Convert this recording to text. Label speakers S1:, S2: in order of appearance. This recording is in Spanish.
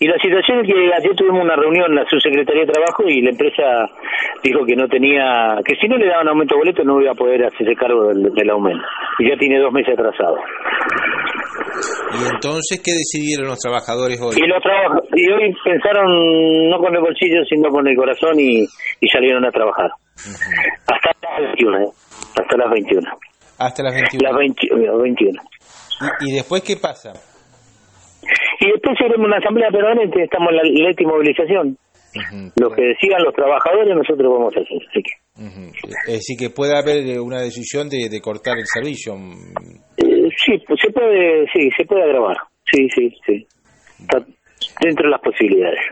S1: Y la situación es que ayer tuvimos una reunión la subsecretaría de Trabajo y la empresa dijo que no tenía, que si no le daban aumento de boleto no iba a poder hacerse cargo del, del aumento. Y ya tiene dos meses atrasado.
S2: ¿Y entonces qué decidieron los trabajadores hoy?
S1: Y, los traba- y hoy pensaron no con el bolsillo, sino con el corazón y, y salieron a trabajar. Hasta las 21. ¿eh? Hasta las 21.
S2: Hasta las 21.
S1: Las eh, 20 las 21.
S2: ¿Y, y después qué pasa?
S1: Y después iremos a una asamblea permanente, estamos en la ley de movilización.
S2: Ujú,
S1: Lo que decían los trabajadores nosotros vamos a hacer. Así que,
S2: ujú. Es decir, que puede haber eh, una decisión de, de cortar el servicio. mm,
S1: eh, sí, pues se puede, sí, se puede agravar. Sí, sí, sí. Está dentro de las posibilidades.